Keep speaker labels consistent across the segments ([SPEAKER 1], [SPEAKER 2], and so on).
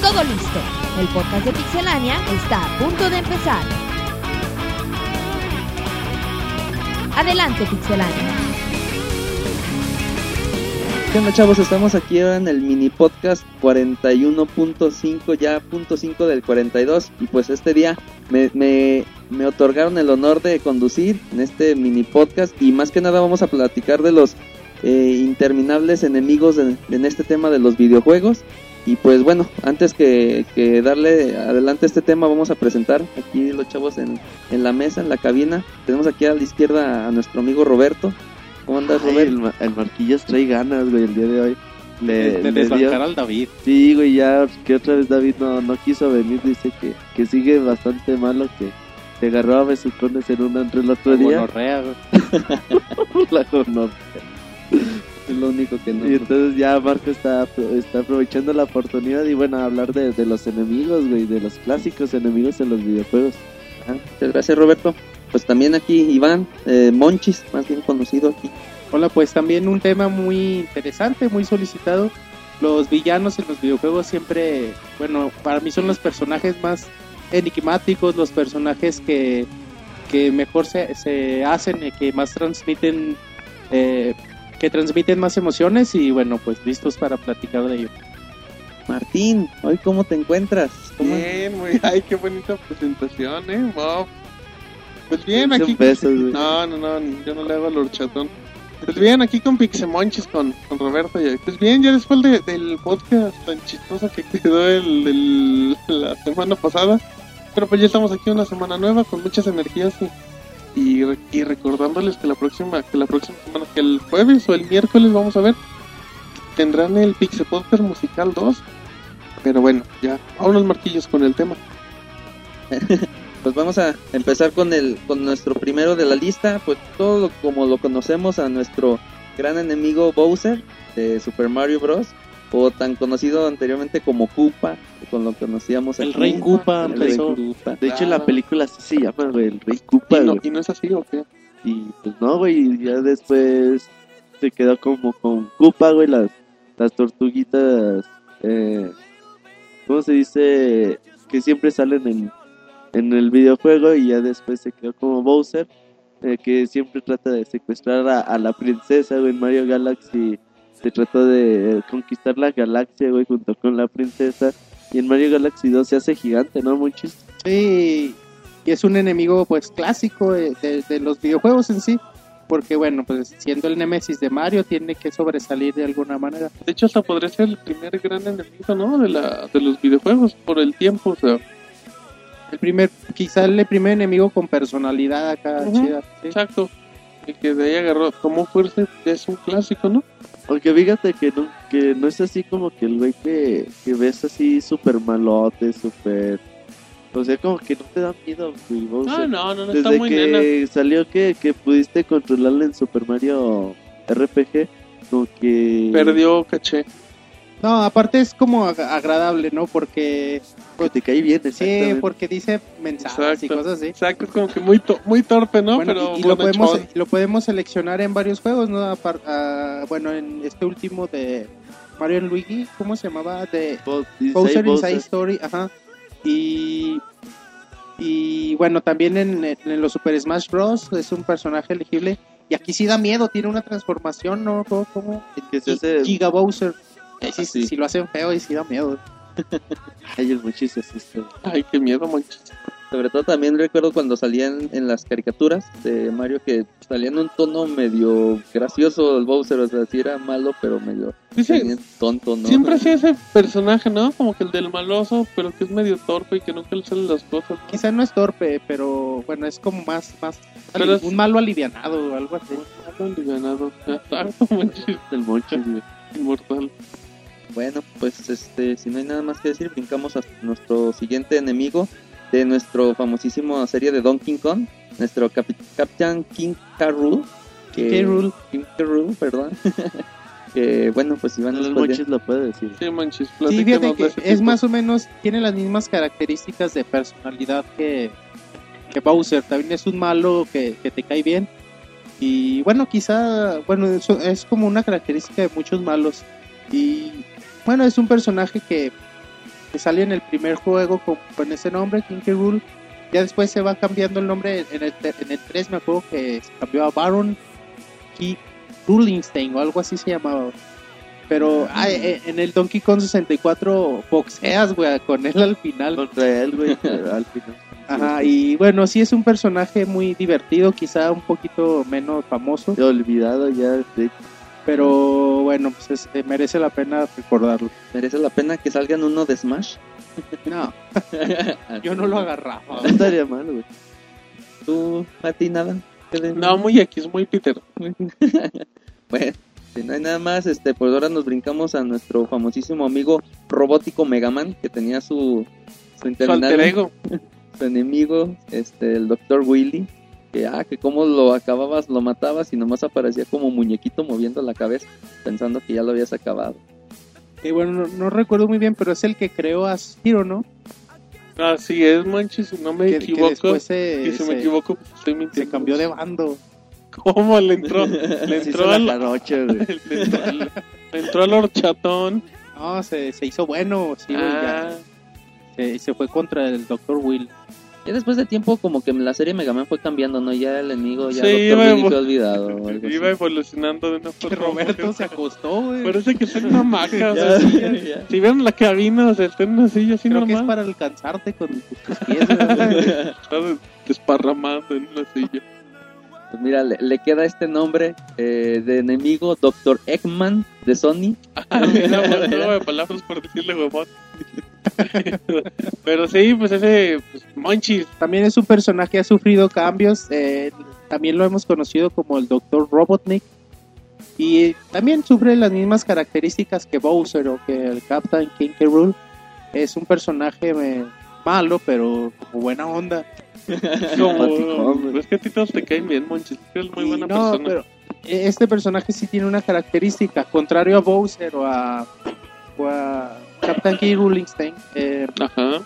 [SPEAKER 1] todo listo. El podcast de Pixelania está a punto de empezar. Adelante, Pixelania.
[SPEAKER 2] ¿Qué onda chavos? Estamos aquí ahora en el mini podcast 41.5, ya punto .5 del 42 y pues este día me, me, me otorgaron el honor de conducir en este mini podcast y más que nada vamos a platicar de los eh, interminables enemigos en, en este tema de los videojuegos y pues bueno, antes que, que darle adelante a este tema vamos a presentar aquí los chavos en, en la mesa, en la cabina. Tenemos aquí a la izquierda a nuestro amigo Roberto. ¿Cómo andas
[SPEAKER 3] Ay,
[SPEAKER 2] Roberto?
[SPEAKER 3] el, ma- el Marquillos trae ganas, güey, el día Eh, de hoy. Le,
[SPEAKER 4] de
[SPEAKER 3] le dio-
[SPEAKER 4] Este, desbancar al David.
[SPEAKER 3] Sí, güey, ya pues, que otra vez David no, no quiso venir. Dice que, que sigue bastante malo, que se agarró a besucones en un antro el otro día.
[SPEAKER 4] Gonorrea, güey.
[SPEAKER 3] La honor.
[SPEAKER 2] Es lo único que no.
[SPEAKER 3] Y este entonces ya Marco está, está aprovechando la oportunidad y bueno, a hablar de, de los enemigos, güey, de los clásicos enemigos en los videojuegos.
[SPEAKER 2] Ajá, Muchas gracias Roberto. Pues también aquí Iván, eh, Monchis, más bien conocido aquí.
[SPEAKER 4] Hola, pues también un tema muy interesante, muy solicitado. Los villanos en los videojuegos siempre, bueno, para mí son los personajes más enigmáticos, los personajes que, que mejor se, se hacen, eh, que más transmiten, eh, que transmiten más emociones y bueno, pues listos para platicar de ello.
[SPEAKER 2] Martín, hoy cómo te encuentras? ¿Cómo-
[SPEAKER 5] Bien, güey. Ay, qué bonita presentación, ¿eh? Wow. Pues bien,
[SPEAKER 3] Son
[SPEAKER 5] aquí.
[SPEAKER 3] besos, güey.
[SPEAKER 5] No, no, no, yo no le hago al horchatón. Pues bien, aquí con Pixemonchis, con, con Roberto. Y, pues bien, ya después de- del podcast tan chistoso que quedó el, el- la semana pasada. Pero pues ya estamos aquí una semana nueva con muchas energías y, y, re- y recordándoles que la próxima que la próxima semana, que el jueves o el miércoles vamos a ver, tendrán el Pixel Podcast Musical 2. Pero bueno, ya, vámonos marquillos con el tema.
[SPEAKER 2] Pues vamos a empezar con el con nuestro primero de la lista, pues todo lo- como lo conocemos a nuestro gran enemigo Bowser de Super Mario Bros. O tan conocido anteriormente como Koopa, con lo que conocíamos
[SPEAKER 4] El
[SPEAKER 2] aquí.
[SPEAKER 4] Rey Koopa
[SPEAKER 2] El
[SPEAKER 4] empezó.
[SPEAKER 2] Rey Koopa.
[SPEAKER 3] De hecho, la
[SPEAKER 5] Claro.
[SPEAKER 3] película así se llama, güey, el Rey Koopa,
[SPEAKER 5] Y no,
[SPEAKER 3] güey.
[SPEAKER 5] y no es así, ¿o qué?
[SPEAKER 3] Y pues no, güey, ya después se quedó como con Koopa, güey, las, las tortuguitas, eh, ¿cómo se dice? Que siempre salen en, en el videojuego y ya después se quedó como Bowser, eh, que siempre trata de secuestrar a, a la princesa, güey, en Mario Galaxy. Se trató de eh, conquistar la galaxia, güey, junto con la princesa. Y en Mario Galaxy 2 se hace gigante, ¿no? Muy chiste.
[SPEAKER 4] Sí, y es un enemigo pues clásico de, de- de los videojuegos en sí, porque bueno, pues siendo el némesis de Mario tiene que sobresalir de alguna manera.
[SPEAKER 5] De hecho, hasta podría ser el primer gran enemigo, ¿no? De, la, de los videojuegos por el tiempo, o sea,
[SPEAKER 4] El primer, quizá el primer enemigo con personalidad acá
[SPEAKER 5] Ujú.
[SPEAKER 4] chida. sí.
[SPEAKER 5] exacto. El que de ahí agarró, tomó fuerza, ya es un clásico, ¿no?
[SPEAKER 3] Aunque fíjate que no, que no es así como que el güey que, que ves así súper malote, súper... O sea, como que no te da miedo, güey. Bowser.
[SPEAKER 5] no, no,
[SPEAKER 3] Desde que salió que, que pudiste controlarle en Super Mario RPG, como que...
[SPEAKER 5] Perdió caché.
[SPEAKER 4] No, aparte es como ag- agradable, ¿no? Porque,
[SPEAKER 3] que te cae bien,
[SPEAKER 4] sí,
[SPEAKER 3] exactamente.
[SPEAKER 4] porque dice mensajes y
[SPEAKER 5] Exacto.
[SPEAKER 4] cosas así.
[SPEAKER 5] Exacto, es como que muy, to- muy torpe, ¿no?
[SPEAKER 4] Bueno,
[SPEAKER 5] Pero
[SPEAKER 4] y, y lo,
[SPEAKER 5] bueno,
[SPEAKER 4] podemos,
[SPEAKER 5] chon.
[SPEAKER 4] lo podemos seleccionar en varios juegos, ¿no? Apar- ah, bueno, en este último de Mario and Luigi, ¿cómo se llamaba? De,
[SPEAKER 3] Bo- Inside
[SPEAKER 4] Bowser
[SPEAKER 3] Bowser.
[SPEAKER 4] Inside Story, ajá. Y, y bueno, también en, en los Super Smash Bros. es un personaje elegible. Y aquí sí da miedo, tiene una transformación, ¿no? ¿Cómo? cómo?
[SPEAKER 3] Que se hace-
[SPEAKER 4] Giga Bowser.
[SPEAKER 5] Ah,
[SPEAKER 4] Eh, sí,
[SPEAKER 2] sí.
[SPEAKER 4] sí lo hacen feo y sí da miedo.
[SPEAKER 3] Ay, el muchísimo susto.
[SPEAKER 5] Ay, qué miedo, manches.
[SPEAKER 2] Sobre todo también recuerdo cuando salían en las caricaturas de Mario que salía en un tono medio gracioso el Bowser, o sea, sí era malo, pero medio
[SPEAKER 5] Dice,
[SPEAKER 2] también tonto, ¿no?
[SPEAKER 5] siempre hacía ese personaje, ¿no? Como que el del maloso, pero que es medio torpe y que nunca le salen las cosas. ¿no?
[SPEAKER 4] Quizá no es torpe, pero bueno, es como más, más
[SPEAKER 5] Pero es-
[SPEAKER 4] un malo alivianado o algo así.
[SPEAKER 5] Malo y ganado. Exacto, manches.
[SPEAKER 3] El moncho, güey.
[SPEAKER 5] Inmortal.
[SPEAKER 2] Bueno, pues este, si no hay nada más que decir, brincamos a nuestro siguiente enemigo de nuestro famosísimo serie de Donkey Kong, nuestro capi- Captain King K. Rool, que-
[SPEAKER 4] K. Rool.
[SPEAKER 2] King K. Rool, perdón. que bueno, pues Iván nos
[SPEAKER 3] El
[SPEAKER 2] podría-
[SPEAKER 3] monchis lo puede decir.
[SPEAKER 5] Sí, manches.
[SPEAKER 4] Sí, fíjate
[SPEAKER 5] platícanos de
[SPEAKER 4] que
[SPEAKER 5] ese
[SPEAKER 4] es
[SPEAKER 5] tipo.
[SPEAKER 4] más o menos, tiene las mismas características de personalidad que, que Bowser. También es un malo que, que te cae bien. Y bueno, quizá, bueno, eso es como una característica de muchos malos. Y bueno, es un personaje que, que sale en el primer juego con, con ese nombre, King K. Rool. Ya después se va cambiando el nombre en el, te- en el 3, me acuerdo que se cambió a Baron Key Rulingstein o algo así se llamaba. Pero ay, eh, en el Donkey Kong 64 boxeas, güey, con él al final.
[SPEAKER 3] Contra él, güey, al final.
[SPEAKER 4] Ajá, y bueno, sí es un personaje muy divertido, quizá un poquito menos famoso,
[SPEAKER 3] He olvidado ya, de hecho,
[SPEAKER 4] pero bueno, pues este, merece la pena recordarlo.
[SPEAKER 2] ¿Merece la pena que salgan uno de Smash?
[SPEAKER 4] No, yo no lo agarraba.
[SPEAKER 3] no estaría mal, güey.
[SPEAKER 2] ¿Tú, Mati, nada? ¿Qué de-
[SPEAKER 5] No, muy aquí, es muy Peter.
[SPEAKER 2] Bueno, si no hay nada más, este, pues ahora nos brincamos a nuestro famosísimo amigo robótico Megaman, que tenía su, su
[SPEAKER 5] Su alter
[SPEAKER 2] interminable
[SPEAKER 5] ego.
[SPEAKER 2] su enemigo, este, el Dr. Willy, que ah, que cómo lo acababas, lo matabas y nomás aparecía como muñequito moviendo la cabeza, pensando que ya lo habías acabado.
[SPEAKER 4] Y bueno, no, no recuerdo muy bien, pero es el que creó a Spiro, ¿no?
[SPEAKER 5] Así es, manches, si no me
[SPEAKER 4] Que- que
[SPEAKER 5] equivoco.
[SPEAKER 4] después se,
[SPEAKER 5] y si me
[SPEAKER 4] se-
[SPEAKER 5] equivoco, pues estoy
[SPEAKER 4] se
[SPEAKER 5] mintiendo.
[SPEAKER 4] cambió de bando.
[SPEAKER 5] ¿Cómo le entró? Le
[SPEAKER 3] Se
[SPEAKER 5] entró
[SPEAKER 3] hizo la
[SPEAKER 5] al.
[SPEAKER 3] jarocha, güey.
[SPEAKER 5] Le entró al- le entró al horchatón.
[SPEAKER 4] No, se, se hizo bueno, sí, güey, ya.
[SPEAKER 5] Ah,
[SPEAKER 4] Se, se fue contra el Dr. Will.
[SPEAKER 2] Y después de tiempo, como que la serie Megaman fue cambiando, ¿no? Ya el enemigo, ya Dr.
[SPEAKER 5] Sí, iba
[SPEAKER 2] Willy
[SPEAKER 5] evo-
[SPEAKER 2] fue olvidado. o algo
[SPEAKER 5] iba
[SPEAKER 2] así.
[SPEAKER 5] evolucionando de una forma.
[SPEAKER 4] Roberto se acostó, güey.
[SPEAKER 5] Parece que está en una hamaca. o sea,
[SPEAKER 2] Ya,
[SPEAKER 5] sí, ya.
[SPEAKER 2] ya.
[SPEAKER 5] Si vieron la cabina, o sea, está en una silla así
[SPEAKER 4] Creo que es
[SPEAKER 5] nomás.
[SPEAKER 4] para alcanzarte con tus pies, güey.
[SPEAKER 5] Está de- desparramando en una silla.
[SPEAKER 2] Pues mira, le, le queda este nombre eh, de enemigo, Dr. Eggman de Sony.
[SPEAKER 4] Ah,
[SPEAKER 5] Una bolsa de palabras por decirle huevón. Pero sí, pues ese pues, Monchis.
[SPEAKER 4] También es un personaje que ha sufrido cambios. eh, también lo hemos conocido como el Dr. Robotnik. Y también sufre las mismas características que Bowser o que el Captain King K. Rool. Es un personaje eh, malo, pero como buena onda.
[SPEAKER 5] Como,
[SPEAKER 3] Paticón, güey.
[SPEAKER 5] es que a ti todos te caen bien, Monchis. Eres muy
[SPEAKER 4] Y
[SPEAKER 5] buena
[SPEAKER 4] no,
[SPEAKER 5] persona.
[SPEAKER 4] pero eh, este personaje sí tiene una característica. Contrario a Bowser o a, o a Captain King Rulingstein, eh,
[SPEAKER 5] Ajá.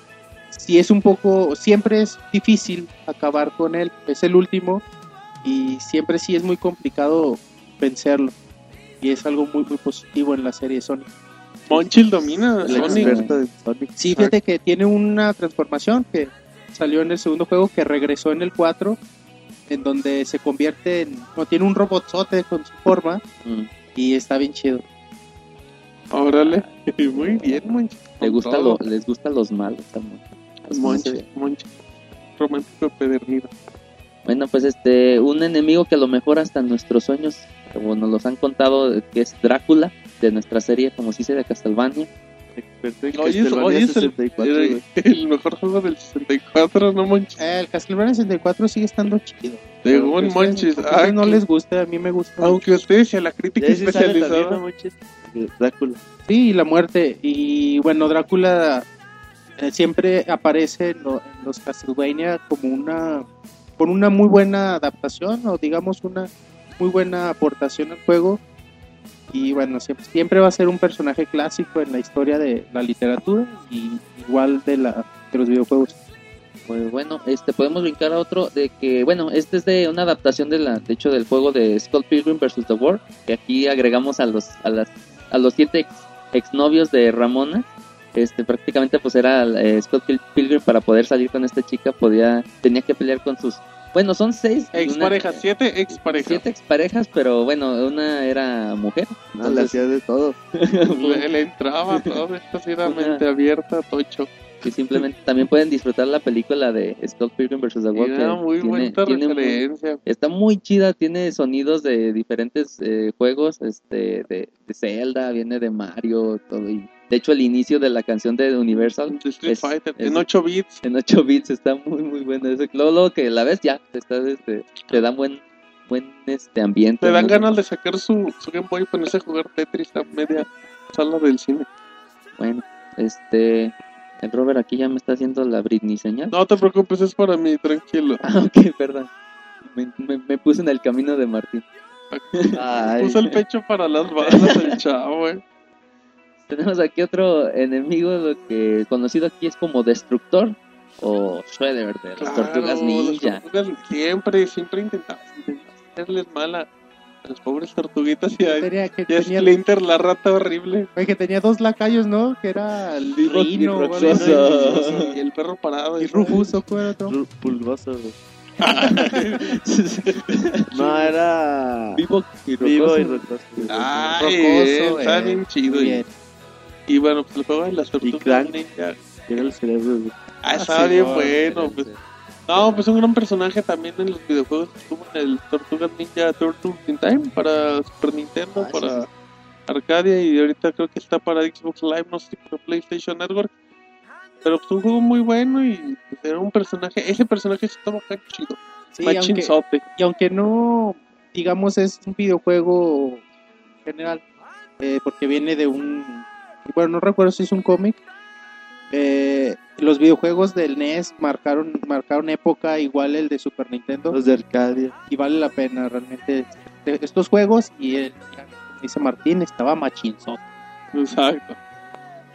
[SPEAKER 4] si es un poco, siempre es difícil acabar con él, es el último y siempre sí es muy complicado vencerlo. Y es algo muy muy positivo en la serie Sonic.
[SPEAKER 5] Monchis domina.
[SPEAKER 3] El
[SPEAKER 5] Sonic.
[SPEAKER 3] experto de Sonic.
[SPEAKER 4] Sí, fíjate que tiene una transformación que salió en el segundo juego que regresó en el 4 en donde se convierte en no tiene un robotzote con su forma
[SPEAKER 2] Mm.
[SPEAKER 4] y está bien chido.
[SPEAKER 5] Órale. Muy bien, Monchis.
[SPEAKER 2] Le
[SPEAKER 5] Con
[SPEAKER 2] gusta
[SPEAKER 5] todo.
[SPEAKER 2] lo- les gustan los malos. también. Así se ve.
[SPEAKER 5] Monchis, Monchis. Romántico pedernido.
[SPEAKER 2] Bueno, pues este, un enemigo que a lo mejor hasta en nuestros sueños, como nos los han contado, que es Drácula, de nuestra serie, como se dice, de Castlevania.
[SPEAKER 3] Experto en
[SPEAKER 5] Oye, es,
[SPEAKER 3] Castlevania
[SPEAKER 5] oye, eh, es el,
[SPEAKER 3] 64, güey.
[SPEAKER 5] el, el mejor juego del 64, ¿no, Monchis?
[SPEAKER 4] Eh, el Castlevania 64 sigue estando chido.
[SPEAKER 5] Según
[SPEAKER 4] Aunque a ustedes-
[SPEAKER 5] Monchis.
[SPEAKER 4] a ustedes
[SPEAKER 5] ah,
[SPEAKER 4] no
[SPEAKER 5] que-
[SPEAKER 4] les gusta, a mí me gusta.
[SPEAKER 5] Aunque ustedes sea la crítica
[SPEAKER 3] Ya se sale
[SPEAKER 5] especializada.
[SPEAKER 3] también, ¿no, Monchis? Drácula.
[SPEAKER 4] Sí, la muerte. Y bueno, Drácula eh, siempre aparece en, lo- en los Castlevania como una. con una muy buena adaptación o digamos una muy buena aportación al juego. Y bueno, siempre, siempre va a ser un personaje clásico en la historia de la literatura y igual de, la, de los videojuegos.
[SPEAKER 2] Pues bueno, este, podemos brincar a otro de que, bueno, este es de una adaptación de la, de hecho, del juego de Scott Pilgrim vs. The World, que aquí agregamos a los, a las, a los siete ex- exnovios de Ramona. Este, prácticamente, pues era eh, Scott Pil- Pilgrim para poder salir con esta chica, podía, tenía que pelear con sus, bueno, son seis. y
[SPEAKER 5] Ex
[SPEAKER 2] una-
[SPEAKER 5] pareja, siete ex pareja.
[SPEAKER 2] siete exparejas, pero bueno, una era mujer.
[SPEAKER 5] Ah,
[SPEAKER 3] No, le hacía de todo.
[SPEAKER 5] Le, le entraba todo, esta sí era mente abierta, tocho.
[SPEAKER 2] Y simplemente también pueden disfrutar la película de Scott Pilgrim vs. The World.
[SPEAKER 5] Era
[SPEAKER 2] que
[SPEAKER 5] muy
[SPEAKER 2] tiene-
[SPEAKER 5] buena
[SPEAKER 2] tiene muy-
[SPEAKER 5] referencia.
[SPEAKER 2] Está muy chida, tiene sonidos de diferentes eh, juegos, este, de, de Zelda, viene de Mario, todo. Y de hecho, el inicio de la canción de Universal
[SPEAKER 5] De Street
[SPEAKER 2] es-
[SPEAKER 5] Fighter,
[SPEAKER 2] es-
[SPEAKER 5] en 8 bits.
[SPEAKER 2] en 8 bits está muy, muy bueno. Eso, luego, luego que la ves ya, te, estás, este, te dan buen, buen este, ambiente.
[SPEAKER 5] Te
[SPEAKER 2] ¿no?
[SPEAKER 5] dan ganas de sacar su, su Game Boy y ponerse a jugar Tetris a media sala del cine.
[SPEAKER 2] Bueno, este, el Robert aquí ya me está haciendo la Britney señal.
[SPEAKER 5] No te preocupes, es para mí, tranquilo.
[SPEAKER 2] Ah, ok, perdón. Me, me- me puse en el camino de Martín.
[SPEAKER 3] Ay.
[SPEAKER 5] Puso el pecho para las balas el chavo, eh.
[SPEAKER 2] Tenemos aquí otro enemigo lo que conocido aquí es como Destructor o Shredder de las
[SPEAKER 5] Claro,
[SPEAKER 2] Tortugas
[SPEAKER 5] las
[SPEAKER 2] Ninja.
[SPEAKER 5] tortugas siempre, siempre intentaba intentaba hacerles mala. Las pobres tortuguitas y a,
[SPEAKER 4] Tenía, que,
[SPEAKER 5] y a
[SPEAKER 4] tenía,
[SPEAKER 5] Splinter, la rata horrible.
[SPEAKER 4] güey, que tenía dos lacayos, ¿no? Que era el
[SPEAKER 3] Y Ro- y
[SPEAKER 4] Rino o algo así,
[SPEAKER 3] Roxoso.
[SPEAKER 4] ¿no?
[SPEAKER 5] Y el perro parado.
[SPEAKER 4] Y Rufuso, ¿cuál era otro?
[SPEAKER 3] Ru- Pulgoso, güey. no, era.
[SPEAKER 5] Vivo y
[SPEAKER 3] Vivo y
[SPEAKER 5] rocoso.
[SPEAKER 3] rocoso.
[SPEAKER 5] Ah,
[SPEAKER 4] Rocoso,
[SPEAKER 5] eh, está
[SPEAKER 4] eh.
[SPEAKER 5] bien chido.
[SPEAKER 4] Muy
[SPEAKER 5] Y,
[SPEAKER 4] bien.
[SPEAKER 5] y bueno, pues el juego de las
[SPEAKER 3] Y
[SPEAKER 5] tortugas
[SPEAKER 3] Crank.
[SPEAKER 5] ninja.
[SPEAKER 3] Era el cerebro, güey.
[SPEAKER 5] Ah, estaba
[SPEAKER 4] sí,
[SPEAKER 5] bien
[SPEAKER 4] no,
[SPEAKER 5] bueno. Pues. No, pues un gran personaje también en los videojuegos. Estuvo en el Tortugas Ninja Turtles in Time para Super Nintendo,
[SPEAKER 4] Ah,
[SPEAKER 5] para Arcadia y ahorita creo que está para Xbox Live, no sé si para PlayStation Network. Pero pues un juego muy bueno y pues, era un personaje. Ese personaje se toma acá chido.
[SPEAKER 4] Sí, aunque-
[SPEAKER 5] Machinzote.
[SPEAKER 4] y aunque no, digamos, es un videojuego general, eh, porque viene de un, bueno, no recuerdo si es un cómic, eh, los videojuegos del NES marcaron, marcaron época, igual el de Super Nintendo,
[SPEAKER 3] Los de Arcadia.
[SPEAKER 4] y vale la pena realmente este- estos juegos, y el, como dice Martín, estaba machinzón.
[SPEAKER 5] Exacto.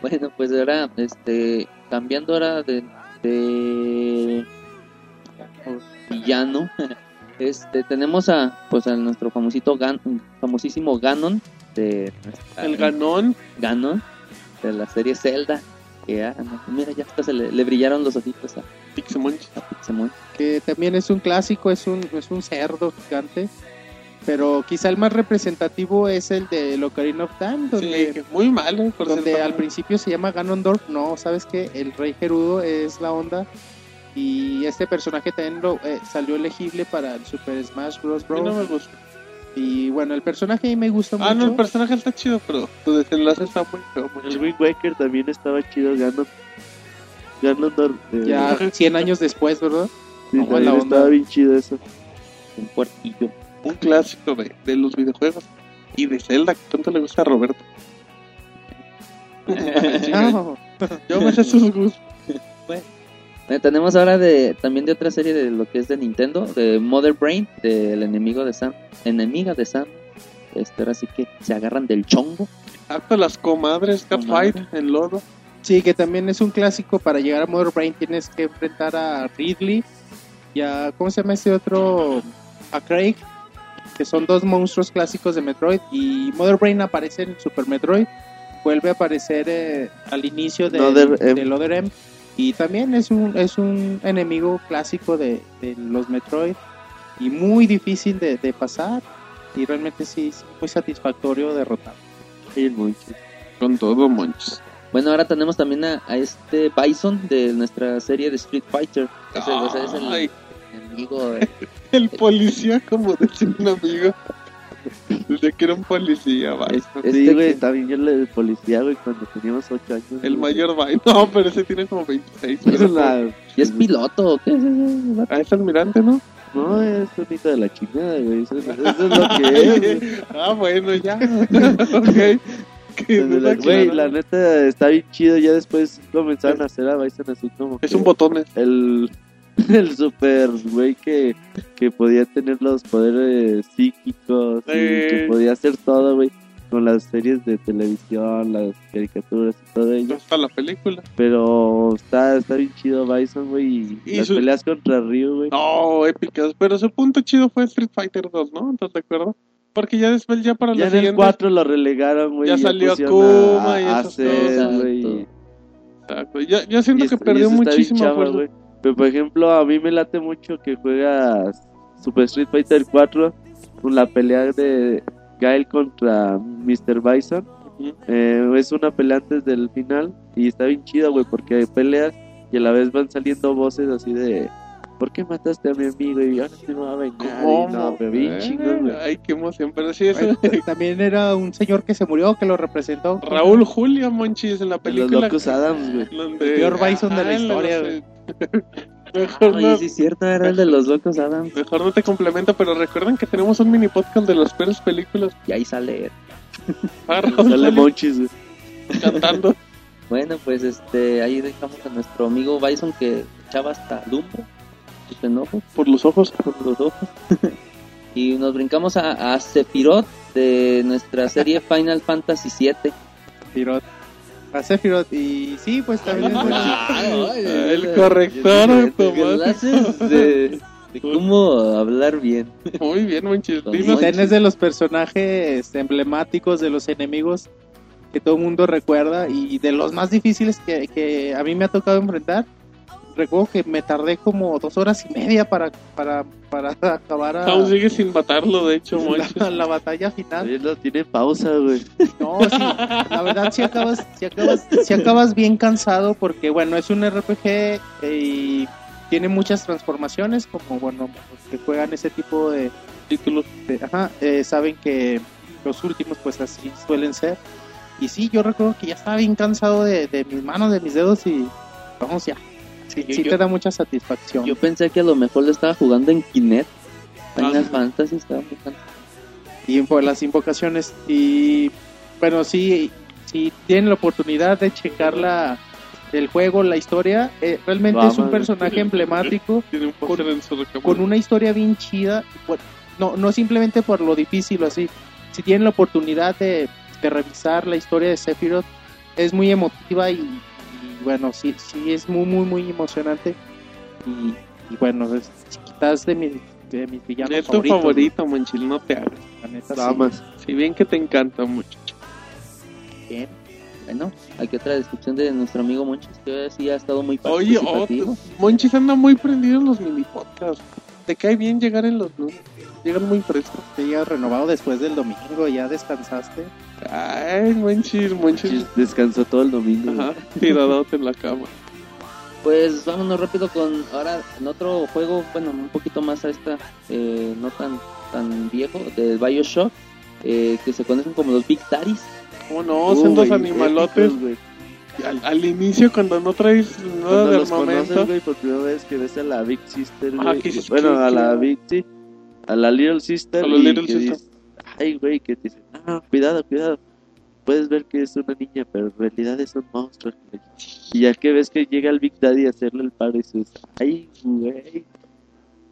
[SPEAKER 2] Bueno, pues ahora, este, cambiando ahora de, de villano, este, tenemos a, pues a nuestro famosito Gan- famosísimo Ganon de
[SPEAKER 4] Ah,
[SPEAKER 2] nuestra-
[SPEAKER 5] El ganón.
[SPEAKER 2] Ganon de la serie Zelda. Que, ah, no, mira, ya hasta se le, le brillaron los ojitos a,
[SPEAKER 5] Pixemon.
[SPEAKER 2] a Pixemon.
[SPEAKER 4] que también es un clásico, es un, es un cerdo gigante, pero quizá el más representativo es el de Locarino of Time, donde...
[SPEAKER 5] Sí, que muy malo. Por
[SPEAKER 4] donde
[SPEAKER 5] cierto.
[SPEAKER 4] al principio se llama Ganondorf, no, sabes que el rey Gerudo es la onda y este personaje también lo, eh, salió elegible para el Super Smash Bros.
[SPEAKER 5] A mí
[SPEAKER 4] Bros.
[SPEAKER 5] no me gusta.
[SPEAKER 4] Y bueno, el personaje a mí me gustó
[SPEAKER 5] Ah, no,
[SPEAKER 4] mucho.
[SPEAKER 5] el personaje está chido, pero tu desenlace está muy feo. muy
[SPEAKER 3] El
[SPEAKER 5] chido.
[SPEAKER 3] Wind Waker también estaba chido. Ganon. Ganondorf. eh,
[SPEAKER 4] ya
[SPEAKER 5] personaje.
[SPEAKER 4] 100 años después, ¿verdad?
[SPEAKER 3] sí,
[SPEAKER 4] no,
[SPEAKER 3] también
[SPEAKER 4] la onda.
[SPEAKER 3] estaba bien chido eso.
[SPEAKER 2] Un puertillo.
[SPEAKER 5] Un clásico de, de los videojuegos y de Zelda, que tanto le gusta a Roberto.
[SPEAKER 4] Ah, No,
[SPEAKER 5] Yo me sé sus gustos.
[SPEAKER 2] Eh, tenemos ahora de también de otra serie de lo que es de Nintendo, de Mother Brain, del enemigo de Sam, enemiga de Sam. Este, ahora sí que se agarran del chongo.
[SPEAKER 5] Hasta las comadres, Catfight, el lodo.
[SPEAKER 4] sí, que también es un clásico para llegar a Mother Brain tienes que enfrentar a Ridley y a, ¿cómo se llama este otro? A Craig, que son dos monstruos clásicos de Metroid y Mother Brain aparece en Super Metroid, vuelve a aparecer eh, al inicio de,
[SPEAKER 3] Another M.
[SPEAKER 4] del Other M y también es un, es un enemigo clásico de, de los Metroid y muy difícil de, de pasar y realmente sí es muy satisfactorio derrotarlo.
[SPEAKER 3] Y el Monchis.
[SPEAKER 5] Con todo, monches.
[SPEAKER 2] Bueno, ahora tenemos también a, a este Bison de nuestra serie de Street Fighter. Es el, o sea, es el
[SPEAKER 5] Ay,
[SPEAKER 2] enemigo. eh, de-
[SPEAKER 5] el policía, como decía un amigo. Desde que era un policía, va.
[SPEAKER 2] es- este
[SPEAKER 3] Sí, güey,
[SPEAKER 2] que-
[SPEAKER 3] también yo le policía, güey, cuando teníamos 8 años.
[SPEAKER 5] El
[SPEAKER 3] güey.
[SPEAKER 5] mayor va. No, pero ese tiene como 26.
[SPEAKER 3] Es
[SPEAKER 5] pero-
[SPEAKER 3] una-
[SPEAKER 2] ¿Y es piloto? o ¿Qué es ese vato?
[SPEAKER 5] Ah, es almirante, ¿no?
[SPEAKER 3] No, es un hijo de la chingada, güey. Eso, eso es lo que es.
[SPEAKER 5] ah, bueno, ya. ok. Que
[SPEAKER 3] Desde la-
[SPEAKER 5] duda
[SPEAKER 3] Güey, la
[SPEAKER 5] clara.
[SPEAKER 3] neta está bien chido. Ya después comenzaron a hacer a Bison así como.
[SPEAKER 5] Es
[SPEAKER 3] que
[SPEAKER 5] un botón.
[SPEAKER 3] El, el super güey que, que podía tener los poderes psíquicos y
[SPEAKER 5] Sí.
[SPEAKER 3] que podía hacer todo, güey. Con las series de televisión, las caricaturas y todo ello.
[SPEAKER 5] Hasta la película.
[SPEAKER 3] Pero está, está bien chido Bison, güey.
[SPEAKER 5] Y
[SPEAKER 3] Y las
[SPEAKER 5] su-
[SPEAKER 3] peleas contra Ryu, güey.
[SPEAKER 5] No, épicas. Pero su punto chido fue Street Fighter 2, ¿no? ¿Estás de acuerdo? Porque ya después, ya para
[SPEAKER 3] Ya
[SPEAKER 5] la
[SPEAKER 3] en el
[SPEAKER 5] siguiente.
[SPEAKER 3] 4 lo relegaron, güey.
[SPEAKER 5] Ya salió
[SPEAKER 3] pusieron
[SPEAKER 5] Akuma y
[SPEAKER 3] a,
[SPEAKER 5] esas
[SPEAKER 3] hacer,
[SPEAKER 2] cosas.
[SPEAKER 3] güey.
[SPEAKER 2] Exacto.
[SPEAKER 5] Exacto. Ya, ya siento
[SPEAKER 3] Y
[SPEAKER 5] que
[SPEAKER 3] es- y
[SPEAKER 5] perdió
[SPEAKER 3] eso está bien
[SPEAKER 5] muchísimo
[SPEAKER 3] chava,
[SPEAKER 5] fuerza.
[SPEAKER 3] güey. Pero por ejemplo, a mí me late mucho que juegas Super Street Fighter 4 con la pelea de Gael contra Mr. Bison.
[SPEAKER 5] Ujú.
[SPEAKER 3] Eh, es una pelea antes del final y está bien chida, güey, porque peleas y a la vez van saliendo voces así de ¿Por qué mataste a mi amigo? Y ahora sí me va a vengar.
[SPEAKER 5] ¿Cómo?
[SPEAKER 3] Y no, pero bien
[SPEAKER 5] Eh,
[SPEAKER 3] chingón, güey.
[SPEAKER 5] Ay, qué emoción. Pero sí, eso.
[SPEAKER 4] También era un señor que se murió, que lo representó.
[SPEAKER 5] Raúl Julia Monchis en la
[SPEAKER 3] Los
[SPEAKER 5] película.
[SPEAKER 3] locos Adams, güey.
[SPEAKER 5] donde-
[SPEAKER 4] El peor Bison de la
[SPEAKER 5] Ah, en
[SPEAKER 4] historia,
[SPEAKER 5] no sé.
[SPEAKER 4] güey.
[SPEAKER 5] Mejor
[SPEAKER 2] Oye,
[SPEAKER 5] no,
[SPEAKER 2] sí, es cierto, era el de los locos Adam.
[SPEAKER 5] mejor no te complemento, pero recuerden que tenemos un mini podcast de las peores películas.
[SPEAKER 2] Y ahí sale.
[SPEAKER 5] Ah, Raúl
[SPEAKER 3] Sale
[SPEAKER 5] Julia
[SPEAKER 3] Monchis, güey.
[SPEAKER 5] cantando.
[SPEAKER 2] Bueno, pues este, ahí dejamos a nuestro amigo Bison que echaba hasta lumbre. Sus enojos.
[SPEAKER 5] Por los ojos.
[SPEAKER 2] por los ojos. y nos brincamos a, a Sephiroth de nuestra serie Final Fantasy VII.
[SPEAKER 4] Sephiroth. A Sephiroth. Y sí, pues también es muy
[SPEAKER 5] El corrector
[SPEAKER 2] Los
[SPEAKER 5] automático.
[SPEAKER 2] enlaces de- de cómo hablar bien.
[SPEAKER 5] Muy bien, Monchis.
[SPEAKER 2] Muy
[SPEAKER 5] Dinos,
[SPEAKER 2] bien.
[SPEAKER 4] Ten es de los personajes emblemáticos, de los enemigos que todo el mundo recuerda y de los más difíciles que, que a mí me ha tocado enfrentar. Recuerdo que me tardé como dos horas y media para, para, para acabar a-
[SPEAKER 5] aún sigue sin matarlo, de hecho, Monchis.
[SPEAKER 4] la, la batalla final.
[SPEAKER 2] ¿Ah?
[SPEAKER 3] Oye, no tiene pausa, güey.
[SPEAKER 4] No, sí, la verdad si acabas, sí acabas, sí acabas bien cansado porque bueno, es un RPG eh, y tiene muchas transformaciones, como bueno, los que juegan ese tipo de,
[SPEAKER 5] título.
[SPEAKER 4] este, ajá, eh, saben que los últimos pues así suelen ser. Y sí, yo recuerdo que ya estaba bien cansado de, de mis manos, de mis dedos y vamos ya. Sí,
[SPEAKER 2] yo-
[SPEAKER 4] sí
[SPEAKER 2] yo-
[SPEAKER 4] te da mucha satisfacción.
[SPEAKER 2] Yo pensé que a lo mejor lo estaba jugando en Kinect. Final Fantasy estaba jugando.
[SPEAKER 4] y por las invocaciones y bueno sí si tienen la oportunidad de checar la el juego la historia eh, realmente es un
[SPEAKER 3] Vamos.
[SPEAKER 4] personaje emblemático
[SPEAKER 5] Tiene un póster en su recámara.
[SPEAKER 4] con una historia bien chida por- no no simplemente por lo difícil o así si tienen la oportunidad de, de revisar la historia de Sephiroth es muy emotiva y, y, bueno sí sí es muy muy muy emocionante y, y, bueno es quizás de mis de mis villanos
[SPEAKER 5] Es tu
[SPEAKER 4] favoritos,
[SPEAKER 5] favorito, Monchil, no te hagas.
[SPEAKER 4] la neta, sí.
[SPEAKER 3] Damas.
[SPEAKER 5] Si bien que te encanta mucho.
[SPEAKER 4] Bien.
[SPEAKER 2] Bueno, aquí otra descripción de nuestro amigo Monchis, que ahora sí ha estado muy
[SPEAKER 5] Oye, oh,
[SPEAKER 2] participativo.
[SPEAKER 5] Monchis anda muy prendido en los mini podcasts. Te cae bien llegar en los lunes. Llegan muy frescos.
[SPEAKER 4] Te llegas renovado después del domingo, ya descansaste.
[SPEAKER 5] Ay, Monchis, Monchis.
[SPEAKER 3] Chis, Descansó todo el domingo. güey.
[SPEAKER 5] Ajá, tiradote en la cama.
[SPEAKER 2] Pues vámonos rápido con ahora en otro juego, bueno, un poquito más a esta, eh, no tan tan viejo, de Bioshock, eh, que se conocen como los Big Taris.
[SPEAKER 5] ¿Cómo no?
[SPEAKER 3] Uh,
[SPEAKER 5] Son dos
[SPEAKER 3] güey,
[SPEAKER 5] animalotes.
[SPEAKER 3] épicos, güey.
[SPEAKER 5] Al, al inicio, cuando no traes nada
[SPEAKER 3] Cuando
[SPEAKER 5] de
[SPEAKER 3] los conoces,
[SPEAKER 5] armamento.
[SPEAKER 3] güey, por primera vez que ves a la Big Sister,
[SPEAKER 5] Ah,
[SPEAKER 3] güey.
[SPEAKER 5] que dices,
[SPEAKER 3] bueno,
[SPEAKER 5] ¿qué-
[SPEAKER 3] a
[SPEAKER 5] qué?
[SPEAKER 3] la Big Si- a la Little Sister.
[SPEAKER 5] A la
[SPEAKER 3] y
[SPEAKER 5] Little
[SPEAKER 3] que
[SPEAKER 5] Sister.
[SPEAKER 3] dices, Ay, güey, que te dicen, ah, cuidado, cuidado. Puedes ver que es una niña, pero en realidad es un monstruo. güey. Y ya que ves que llega el Big Daddy a hacerle el par y sus, ay, güey,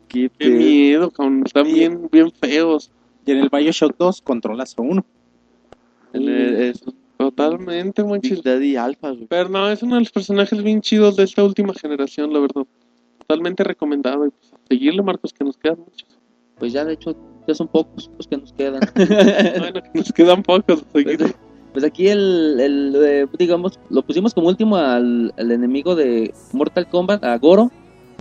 [SPEAKER 3] qué,
[SPEAKER 5] Qué
[SPEAKER 3] pedo".
[SPEAKER 5] miedo, cabrón. Están bien, bien feos.
[SPEAKER 4] Y en el Bioshock 2 controlas a uno.
[SPEAKER 3] En el- Es un
[SPEAKER 5] Totalmente, Monchis.
[SPEAKER 3] Big Daddy alfa, güey.
[SPEAKER 5] Pero no, es uno de los personajes bien chidos de esta última generación, la verdad. Totalmente recomendado. Y pues, a seguirle, Marcos, que nos quedan muchos.
[SPEAKER 2] Pues ya de hecho ya son pocos los que nos quedan.
[SPEAKER 5] Bueno, que nos quedan pocos. a seguirle.
[SPEAKER 2] Pues aquí el, el, eh, digamos, lo pusimos como último al, al enemigo de Mortal Kombat, a Goro.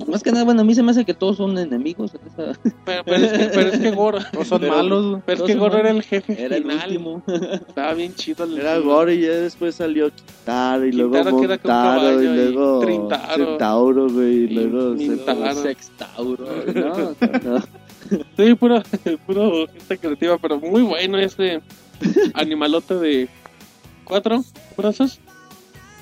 [SPEAKER 2] Más que nada, bueno, a mí se me hace que todos son enemigos. en esa-
[SPEAKER 5] Pero, pero es que, pero es que Goro.
[SPEAKER 4] No son
[SPEAKER 2] Pero-
[SPEAKER 4] malos.
[SPEAKER 5] Pero es
[SPEAKER 2] Todos
[SPEAKER 5] que
[SPEAKER 2] son
[SPEAKER 5] Goro
[SPEAKER 2] malos.
[SPEAKER 5] era el jefe
[SPEAKER 2] Era el
[SPEAKER 5] final.
[SPEAKER 2] último.
[SPEAKER 5] Estaba bien chido. el-
[SPEAKER 3] Era Goro y ya después salió Kitaro y luego
[SPEAKER 5] Kitaro, que era con
[SPEAKER 3] Montaro y
[SPEAKER 5] caballo, y
[SPEAKER 3] luego
[SPEAKER 5] Trintaro.
[SPEAKER 3] Centauro, güey, y
[SPEAKER 5] Y
[SPEAKER 3] luego
[SPEAKER 5] Mintaro.
[SPEAKER 3] Centauro.
[SPEAKER 2] Sextauro. No, no.
[SPEAKER 5] Sí, puro, puro gente creativa, pero muy bueno ese animalote de cuatro brazos.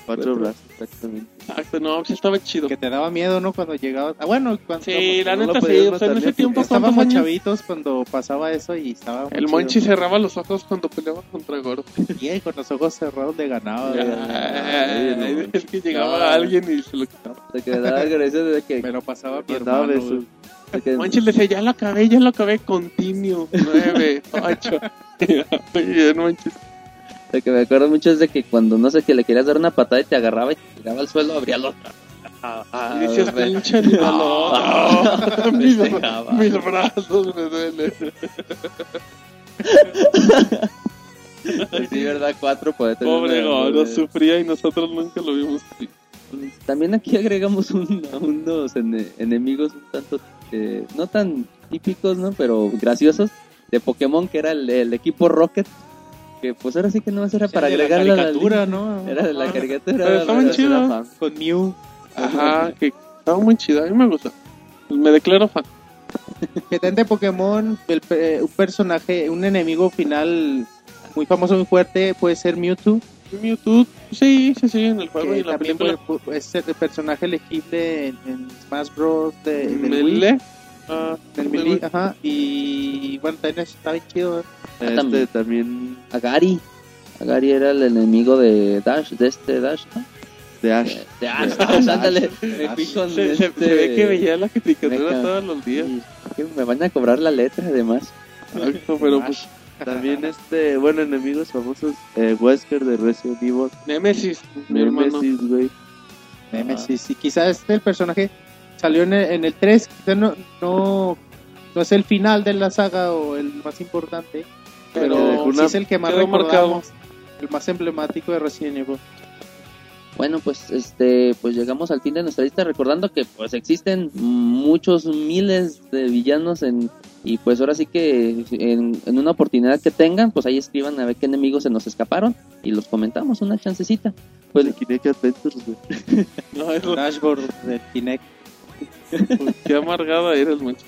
[SPEAKER 3] Cuatro brazos, exactamente.
[SPEAKER 5] Exacto, no, sí estaba chido.
[SPEAKER 4] Que te daba miedo, ¿no? Cuando llegabas. Ah, bueno, cuando.
[SPEAKER 5] Sí, la
[SPEAKER 3] no lo
[SPEAKER 5] neta sí,
[SPEAKER 3] podías
[SPEAKER 5] o sea, en
[SPEAKER 3] matar,
[SPEAKER 5] ese
[SPEAKER 3] ¿no?
[SPEAKER 5] tiempo ¿cuántos
[SPEAKER 4] Estábamos
[SPEAKER 5] años?
[SPEAKER 4] chavitos cuando pasaba eso y estaba. muy
[SPEAKER 5] El Monchi
[SPEAKER 4] chido.
[SPEAKER 5] cerraba los ojos cuando peleaba contra Goro.
[SPEAKER 4] Bien, con los ojos cerrados le ganaba.
[SPEAKER 5] Ay,
[SPEAKER 3] ay, no.
[SPEAKER 5] es que llegaba alguien y se lo quitaba.
[SPEAKER 2] Se quedaba agradecido de que.
[SPEAKER 4] eh, Me lo pasaba mi
[SPEAKER 3] Mandaba
[SPEAKER 4] hermano.
[SPEAKER 3] besos.
[SPEAKER 4] güey.
[SPEAKER 2] de que-
[SPEAKER 5] Monchi le decía, ya lo acabé, ya lo acabé. Continuo, nueve, ocho. Muy bien, Monchi.
[SPEAKER 2] Lo que me acuerdo mucho es de que cuando no sé que le querías dar una patada y te agarraba y te tiraba al suelo, abría los Ah,
[SPEAKER 5] Y decías, pinche animalote. Mis,
[SPEAKER 2] Festejaba.
[SPEAKER 5] mis brazos me duelen.
[SPEAKER 2] Sí, verdad, cuatro pues, poetas.
[SPEAKER 5] Pobre Goro,
[SPEAKER 2] Eh,
[SPEAKER 5] sufría y nosotros nunca lo vimos así.
[SPEAKER 2] También aquí agregamos un- a unos ene- enemigos un tanto eh, no tan típicos, ¿no? Pero graciosos de Pokémon que era el, el equipo Rocket, que pues ahora sí que no más era para
[SPEAKER 4] De la
[SPEAKER 2] agregarle a la
[SPEAKER 4] caricatura,
[SPEAKER 2] lista.
[SPEAKER 4] ¿no? Ah.
[SPEAKER 2] Era de la caricatura.
[SPEAKER 5] Pero estaban
[SPEAKER 2] ¿verdad?
[SPEAKER 5] chidos.
[SPEAKER 2] Era fan.
[SPEAKER 4] Con Mew.
[SPEAKER 5] Ajá, que estaba muy chido, a mí me gustó. Me declaro fan.
[SPEAKER 4] Que tente Pokémon, el pe- eh, un personaje, un enemigo final muy famoso, muy fuerte, puede ser Mewtwo.
[SPEAKER 5] Mewtwo, sí, sí, sí, en el juego y
[SPEAKER 4] que
[SPEAKER 5] en la
[SPEAKER 4] también
[SPEAKER 5] película.
[SPEAKER 4] fue- fue- es el personaje elegible en, en Smash Bros. De, del Wii,
[SPEAKER 5] Melee. Ah,
[SPEAKER 4] del Melee, ajá, y bueno, también está bien chido.
[SPEAKER 3] Este
[SPEAKER 2] también.
[SPEAKER 3] también.
[SPEAKER 2] Agari. Agari era el enemigo de Dash, de este Dash, ¿no?
[SPEAKER 3] de Ash.
[SPEAKER 2] De, de Ash, Dash, ándale. Me fui con
[SPEAKER 5] Se, se-
[SPEAKER 2] este-
[SPEAKER 5] se ve que veía la caricatura
[SPEAKER 2] Mecha.
[SPEAKER 5] todos los días.
[SPEAKER 2] Sí, que me van a cobrar la letra además.
[SPEAKER 5] Exacto, pero pues.
[SPEAKER 3] También este, bueno, enemigos famosos, eh, Wesker de Resident Evil,
[SPEAKER 5] Nemesis, mi hermano.
[SPEAKER 3] Nemesis, güey.
[SPEAKER 4] Nemesis, y quizás este el personaje salió en el, en el 3, quizá no, no, no es el final de la saga o el más importante, pero,
[SPEAKER 3] Que dejó
[SPEAKER 4] sí
[SPEAKER 3] una-
[SPEAKER 4] es el que más
[SPEAKER 5] quedó
[SPEAKER 4] recordamos, el más emblemático de Resident Evil.
[SPEAKER 2] Bueno, pues este, pues llegamos al fin de nuestra lista recordando que pues existen muchos miles de villanos en y pues ahora sí que en, en una oportunidad que tengan, pues ahí escriban a ver qué enemigos se nos escaparon y los comentamos una chancecita.
[SPEAKER 3] Pues de Kinect Adventures, güey.
[SPEAKER 5] No, eso,
[SPEAKER 4] Dashboard de Kinect. pues.
[SPEAKER 5] qué amargada eres, mucho.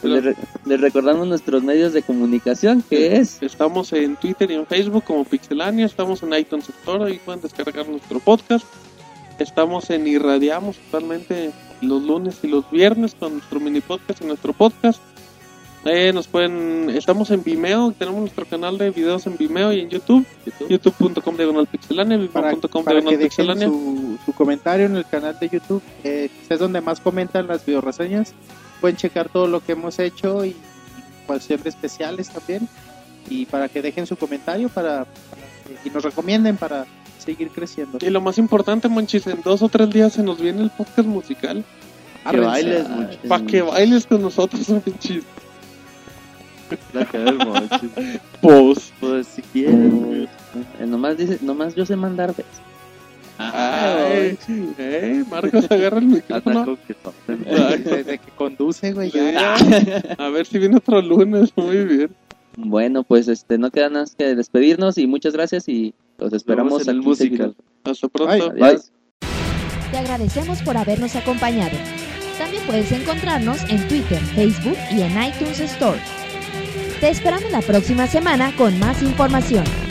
[SPEAKER 2] Pues, les, re- les recordamos nuestros medios de comunicación, que es
[SPEAKER 5] Estamos en Twitter y en Facebook como Pixelania, estamos en iTunes Store, ahí pueden descargar nuestro podcast. Estamos en Irradiamos totalmente los lunes y los viernes con nuestro mini podcast y nuestro podcast. Eh, nos pueden, estamos en Vimeo, tenemos nuestro canal de videos en Vimeo y en YouTube, youtube.com diagonal pixelania,
[SPEAKER 4] Para,
[SPEAKER 5] vimeo.com
[SPEAKER 4] para que
[SPEAKER 5] diagonal
[SPEAKER 4] dejen
[SPEAKER 5] pixelania.
[SPEAKER 4] su, su comentario en el canal de YouTube, eh, es donde más comentan las videoreseñas. Pueden checar todo lo que hemos hecho y, y cuestión de especiales también. Y para que dejen su comentario para, para que- y nos recomienden para seguir creciendo.
[SPEAKER 5] Y lo más importante, Monchis, en dos o tres días se nos viene el podcast musical.
[SPEAKER 3] Que
[SPEAKER 2] Arrense-
[SPEAKER 3] bailes, güey.
[SPEAKER 5] Para que bailes con nosotros, Monchis.
[SPEAKER 3] La cara del Monchis.
[SPEAKER 5] Pues,
[SPEAKER 3] Pues si quieres, güey.
[SPEAKER 2] Eh, nomás dice, nomás yo sé mandar pues. besos.
[SPEAKER 5] ay, eh, Marcos, agarra el micrófono.
[SPEAKER 3] Atacó que tomen.
[SPEAKER 4] Desde que conduce, güey, ya.
[SPEAKER 5] Sí. A ver si viene otro lunes, muy bien.
[SPEAKER 2] Bueno, pues este no queda nada más que despedirnos y muchas gracias y los esperamos
[SPEAKER 3] en el
[SPEAKER 2] aquí
[SPEAKER 3] musical.
[SPEAKER 2] seguido.
[SPEAKER 5] Hasta pronto.
[SPEAKER 4] Ay,
[SPEAKER 2] Adiós.
[SPEAKER 1] Te agradecemos por habernos acompañado. También puedes encontrarnos en Twitter, Facebook y en iTunes Store. Te esperamos la próxima semana con más información.